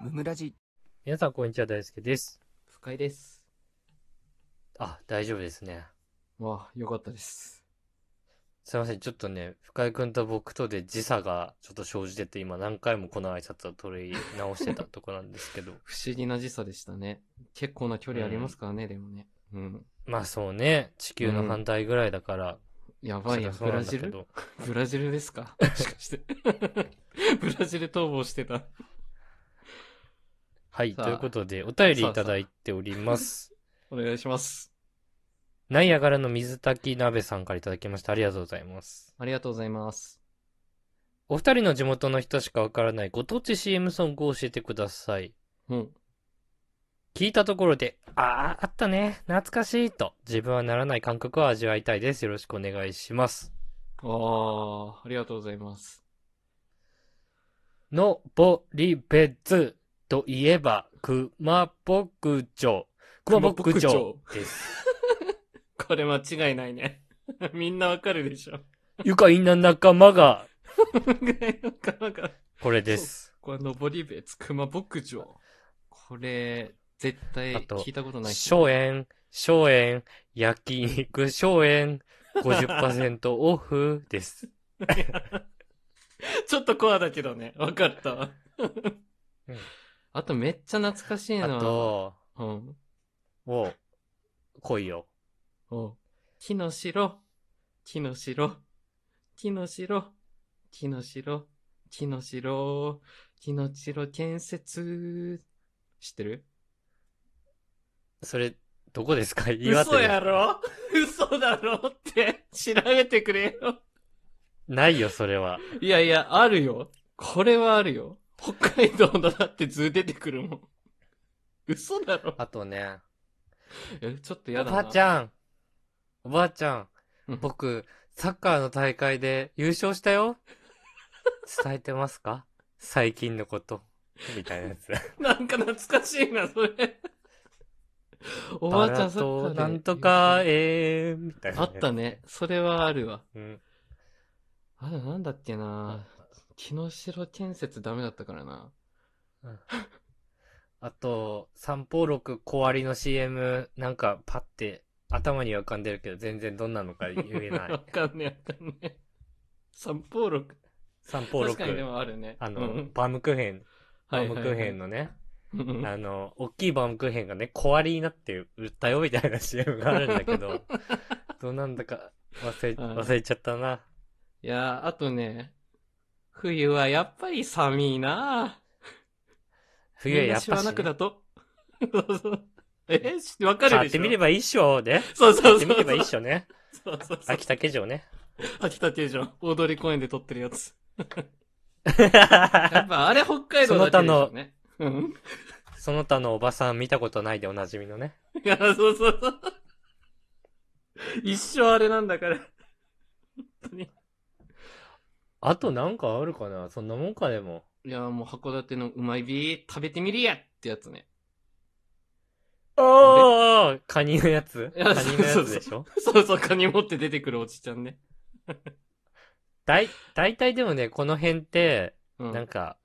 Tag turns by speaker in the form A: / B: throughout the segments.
A: ムムラジ
B: 皆さん、こんにちは。大輔です。
C: 不快です。
B: あ、大丈夫ですね。
C: わあ、よかったです。
B: すいません。ちょっとね、深井くんと僕とで時差がちょっと生じてて、今何回もこの挨拶を取り直してたとこなんです けど。
C: 不思議な時差でしたね。結構な距離ありますからね、でもね。うん。
B: まあそうね、地球の反対ぐらいだから。
C: やばいや、
B: そ
C: ブ
B: りゃ
C: ラ
B: そ
C: ジ
B: うなんだけ
C: ル
B: ど
C: ブラジルで すかもしかして。 ブラジル逃亡してた。
B: はい、
C: さあ
B: ということで、お便りいただいております。
C: お願いします。
B: ナイアガラの水炊き鍋さんからいただきました。ありがとうございます。
C: ありがとうございます。
B: お二人の地元の人しかわからないご当地 CM ソングを教えてください。
C: うん。
B: 聞いたところで、ああ、あったね、懐かしいと、自分はならない感覚を味わいたいです。よろしくお願いします。
C: ああ、ありがとうございます。
B: のぼりべつといえば、熊牧場。熊牧場です。
C: これ間違いないね。 みんなわかるでしょ。
B: 愉快な仲間が、
C: ぐらいの川が。
B: これです。
C: これ、登り別熊牧場。これ、絶対
B: あと
C: 聞いたことない人
B: 荘園、荘園、焼肉荘園、50%オ フです。
C: ちょっとコアだけどね。わかったわ
B: うん。
C: あとめっちゃ懐かしい
B: あ
C: な。
B: と、
C: うん。
B: もう、来いよ。
C: お木の城、木の城、木の城、木の城、木の城、木の城建設。知ってる
B: それ、どこですか岩手
C: 嘘
B: で
C: やろ嘘だろって調べてくれよ。
B: ないよ、それは。
C: いやいや、あるよ。これはあるよ。北海道のだって図出てくるもん。嘘だろ
B: あとね、
C: えちょっと
B: お
C: やだ
B: ば
C: な。
B: あちゃん、おばあちゃ ん
C: うん、
B: 僕、サッカーの大会で優勝したよ。伝えてますか最近のこと。みたいなや つ。
C: なんか懐かしいな、そ れ。おばあちゃんサッカ
B: と
C: ーで
B: なんとか、えー、みたいな
C: あ
B: やつ。
C: ったね。それはあるわ。
B: うん。
C: あれなんだっけな木の城建設ダメだったからな。
B: あと、三宝六小割の CM、なんかパって頭には浮かんでるけど、全然どんなのか言えな
C: わ
B: い。
C: かんねえ、わかんねえ。三方六。
B: 三宝
C: 確かにで
B: 六。
C: もあるね。
B: あ
C: う
B: の
C: ん、
B: バウムクーヘン、バ
C: は
B: ウ
C: い
B: ム
C: は
B: ク
C: いは
B: ー
C: い
B: ヘンのね、
C: うんうん
B: あの、大きいバウムクーヘンがね、小割りになって売ったよみたいな CM があるんだけ ど、どうなんだか忘れ、
C: うん
B: 忘れちゃったな。
C: いやー、あとね、冬はやっぱり寒いな
B: 冬はやっぱ
C: みんな知らなく
B: し、ね、
C: だと。 そうそうえ知わかる
B: 買
C: で
B: っ
C: してょ
B: みればいいっしょ、ね。
C: そうそう
B: 買っ
C: そう
B: て
C: そう。
B: みればいいっしょね。
C: そうそうそう
B: 秋竹城 ね。
C: 秋田球場、大通公園で撮ってるやつ。やっ
B: そ
C: ぱあれ北海道だけでしょうね。うん。
B: の他のおばさん見たことないでおなじみのね。
C: いや、そうそうそう。一生あれなんだから。本当に。
B: あとなんかあるかなそんなもんかでも。
C: いや、もう函館のうまいビー食べてみるやってやつね。
B: ああカニのやつ
C: いや
B: カニのや
C: そう
B: つ
C: そう
B: でしょ
C: そうそう、カニ持って出てくるおじちゃんね。
B: だい、大体でもね、この辺って、
C: うん。
B: なんか、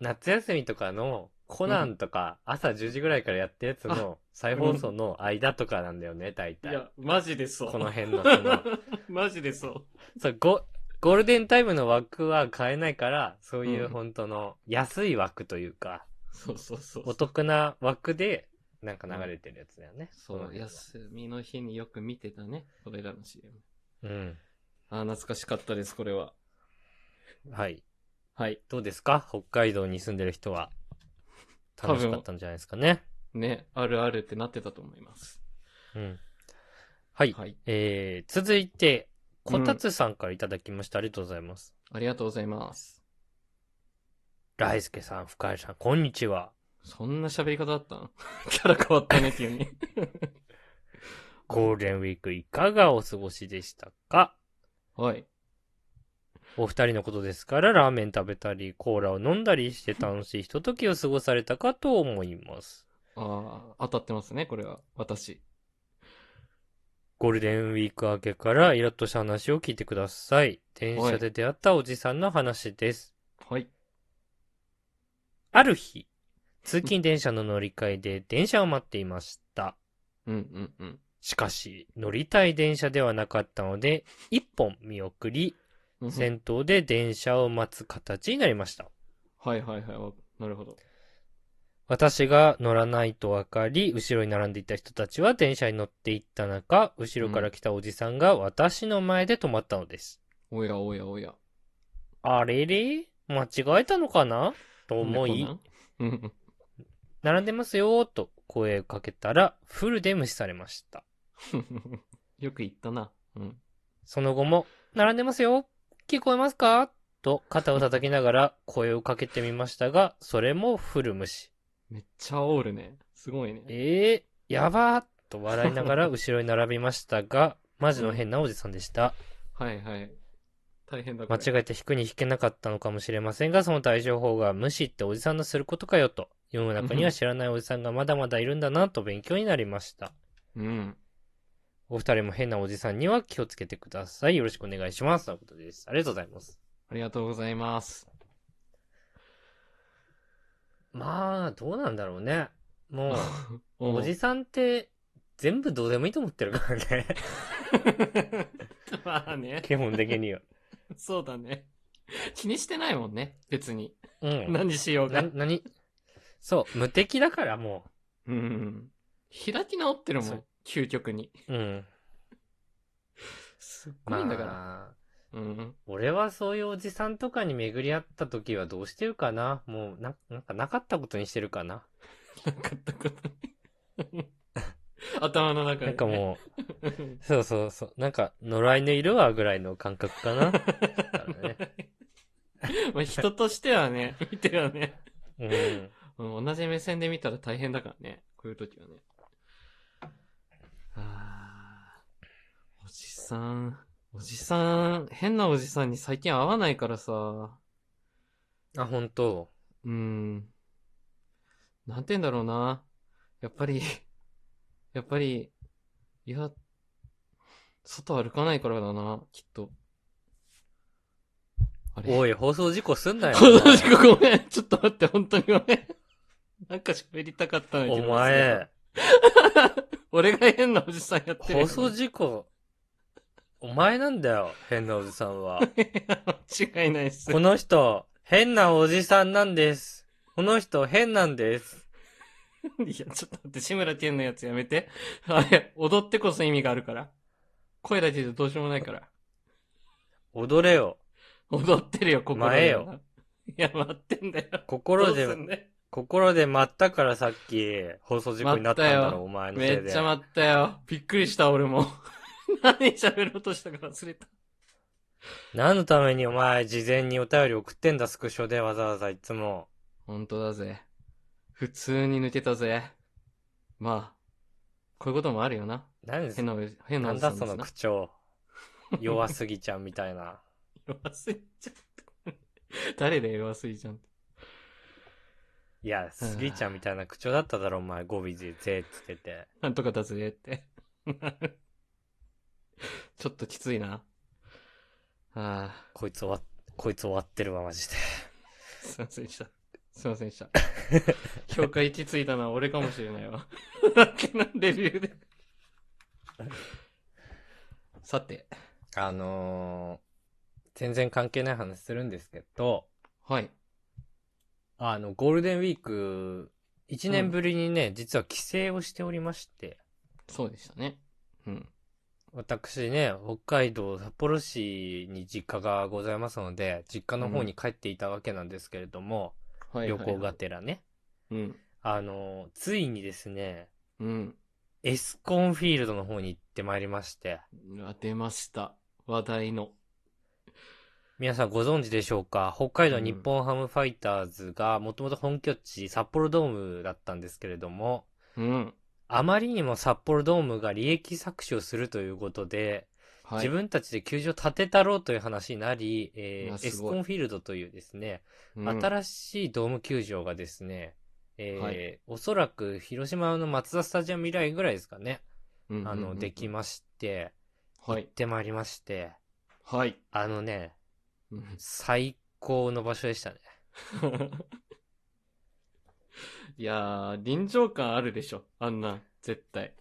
B: 夏休みとかの、コナンとか、朝10時ぐらいからやったやつの、再放送の間とかなんだよね、大
C: い
B: 体。
C: や、マジでそう。
B: この辺の、その、
C: マジでそう。
B: そうゴ、ゴールデンタイムの枠は変えないから、そういう
C: うん
B: 本当の、安い枠というか、
C: そうそうそう。
B: お得な枠で、なんか流れてるやつだよね。
C: そ
B: この
C: う、
B: 辺は
C: 休みの日によく見てたね。俺らの CM。
B: うん。
C: あー、懐かしかったです、これは。
B: はい。
C: はい。
B: どうですか北海道に住んでる人は。楽しかったんじゃないですかね。
C: ね、あるあるってなってたと思います。
B: うん。はい。
C: はい。
B: えー、続いて、こたつさんからいただきました。ありがとうございます。
C: ありがとうございます。
B: 大輔さん、深井さん、こんにちは。
C: そんな喋り方だったの キャラ変わったね、急に。
B: ゴールデンウィークいかがお過ごしでしたか
C: はい。
B: お二人のことですから、ラーメン食べたり、コーラを飲んだりして楽しいひとときを過ごされたかと思います。
C: ああ、当たってますね、これは。私。
B: ゴールデンウィーク明けからイラッとした話を聞いてください。電車で出会ったおじさんの話です。
C: はい。
B: ある日、通勤電車の乗り換えで電車を待っていました。
C: うんうんうん
B: しかし、乗りたい電車ではなかったので、一本見送り、
C: うん。
B: 先頭で電車を待つ形になりました。
C: はいはいはいわ。なるほど。
B: 私が乗らないと分かり、後ろに並んでいた人たちは電車に乗っていった中、後ろから来たおじさんが私の前で止まったのです。
C: おやおやおや。
B: あれれ間違えたのかなと思い、
C: 猫なん。うん
B: 並んでますよーと声をかけたら、フルで無視されました。
C: うん。 よく言ったな。うん。
B: その後も、並んでますよ聞こえますかと肩を叩きながら声をかけてみましたが、それもフル無視。
C: めっちゃ煽るね。すごいね。
B: えー、やばーと笑いなが ら後ろに並びましたが、マジの変なおじさんでした。
C: はいはい。大変だこ
B: 間
C: れ。
B: 違えて引くに引けなかったのかもしれませんが、その対処法が無視っておじさんのすることかよと、世の中には知らないおじさんがまだまだいるんだなと勉強になりました。
C: うん。
B: お二人も変なおじさんには気をつけてください。よろしくお願いします。ということです。ありがとうございます。
C: ありがとうございます。
B: まあ、どうなんだろうね。もう、
C: お
B: おじさんって全部どうでもいいと思ってるからね。
C: まあね。
B: 基本的には。
C: そうだね。気にしてないもんね。別に。
B: うん。
C: 何しよう
B: な、
C: が。
B: なにそう、無敵だからも
C: うん。開き直ってるも
B: そ
C: ん
B: う。
C: 究極に。
B: う。うん。
C: すっご
B: ま
C: いんだから。
B: あ、
C: うん。
B: 俺はそういうおじさんとかに巡り合った時はどうしてるかなもうな、なんかなかったことにしてるかな
C: なかった ことない。頭の中で、ね。
B: なんかも
C: う。
B: う、そうそうそう、なんか野良犬いるわぐらいの感覚かならね
C: まあ人としてはね、 見てはね、
B: うん。
C: うん同じ目線で見たら大変だからね、こういう時はね。あーおじさん、おじさん、変なおじさんに最近会わないからさ、
B: あ、本当
C: うん。なんて言うんだろうな。やっぱり、 やっぱり、いや、外歩かないからだな、きっと。あれ
B: おい、放送事故すんなよ。
C: 放送事 故ごめん。ちょっと待って、本当にごめん。なんか喋りたかったんだけ
B: お
C: ど。
B: 前。、
C: 俺が変なおじさんやってる。
B: 放送事故、お前なんだよ、変なおじさん は。
C: 故 間違いないっす。
B: この人、変なおじさんなんです。この人、変なんです。
C: いや、ちょっと待って、志村けんのやつやめて。あれ、踊ってこそ意味があるから。声だけじゃどうしようもないから。
B: 踊れよ。
C: 踊ってるよ、心で
B: 前よ。
C: いや、待ってんだよ。
B: 心
C: どうすん
B: で、
C: だよ
B: 心で待ったからさっき、放送事故になったんだ
C: 待った
B: ろ、
C: よ
B: お前のせい
C: め
B: で。
C: っちゃ待ったよ。びっくりした、俺も。 何喋ろうとしたか忘れた。
B: 何のためにお前、事前にお便り送ってんだ、スクショでわざわざいつも。
C: 本当だぜ。普通に抜けたぜ。まあ、こういうこともあるよな。
B: 何
C: 変なおじ、変な
B: な
C: お
B: ん
C: じさ
B: だ
C: ん
B: そ
C: で
B: の
C: すな。
B: 口調。弱すぎちゃんみたいな。
C: 弱すぎちゃった。誰で弱すぎちゃんって。
B: いや、すぎちゃんみたいな口調だっただろ、お前、語尾で、ぜつけて。
C: なんとかだぜって。 ちょっときついな。ああ、
B: こいつ終わ、こいつ終わってるわ、マジで。
C: すいませんでした。すいませんで した。評価行き着いたのは俺かもしれないわ。レビューで。さて、
B: あのー全然関係ない話するんですけど、
C: はい。
B: あの、ゴールデンウィーク、1年ぶりにね、実は帰省をしておりまして、
C: そうでしたね。うん。
B: 私ね、北海道札幌市に実家がございますので、実家の方に帰っていたわけなんですけれども、
C: はいはいはい
B: 旅行が。てらね。
C: うん。
B: あのーついにですね、
C: うん。
B: エスコンフィールドの方に行ってまいりまして、
C: うわ出ました。話題の。
B: 皆さんご存知でしょうか北海道
C: うん
B: 日本ハムファイターズがもともと本拠地札幌ドームだったんですけれども、
C: うん。
B: あまりにも札幌ドームが利益搾取をするということで、
C: はい。
B: 自分たちで球場建てたろうという話になり、え
C: い
B: ー
C: やす
B: エ
C: ごい
B: スコンフィールドというですね、
C: うん
B: 新しいドーム球場がですね、えー
C: は
B: おそらく広島の松田スタジアム以来ぐらいですかね、
C: うんうんうん
B: あの、できまして、
C: は
B: 行
C: い
B: っ。てまいりまして、
C: はい。
B: あのね、
C: うん
B: 最高の場所でしたね。
C: いやー、臨場感あるでしょ。あんなん、絶対。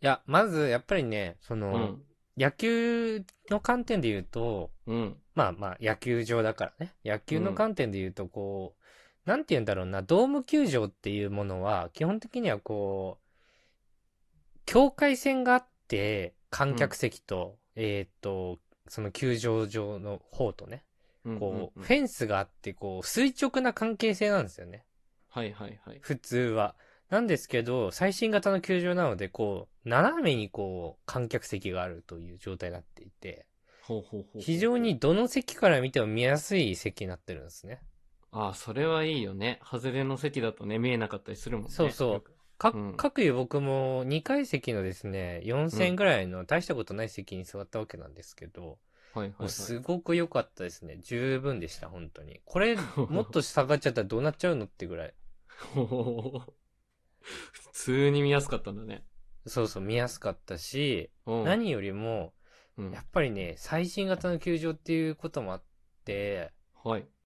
B: いや、まず、やっぱりね、その、
C: うん。
B: 野球の観点で言うと、
C: うん。
B: まあまあ、野球場だからね。野球
C: う
B: の
C: ん
B: 観点で言うと、こう、なんて言うんだろうな、ドーム球場っていうものは、基本的にはこう、境界線があって、観客席と、えーっと、その球場上の方とね、
C: うん
B: こう、
C: うんうん
B: フェンスがあって、こう、垂直な関係性なんですよね。
C: はいはいはい。
B: 普通は。なんですけど、最新型の球場なので、こう、斜めにこう、観客席があるという状態になっていて、
C: ほうほうほうほう。
B: 非常に。どの席から見ても見やすい席になってるんですね。
C: ああ、それはいいよね。外れの席だとね、見えなかったりするもんね。
B: そうそう
C: よく
B: か、
C: うん
B: 各湯僕も2階席のですね、4000ぐらいの大したことない席に座ったわけなんですけど、
C: はいはい、
B: も
C: は
B: う
C: い。
B: すごく良かったですね。十分でした、本当に。これ、も っと下がっちゃったらどうなっちゃうのってぐらい。
C: ほほほほ普通に見やすかったんだね。
B: そうそう、見やすかったし、
C: うん、
B: 何よりも、
C: うん
B: やっぱりね、最新型の球場っていうこともあって、
C: はい。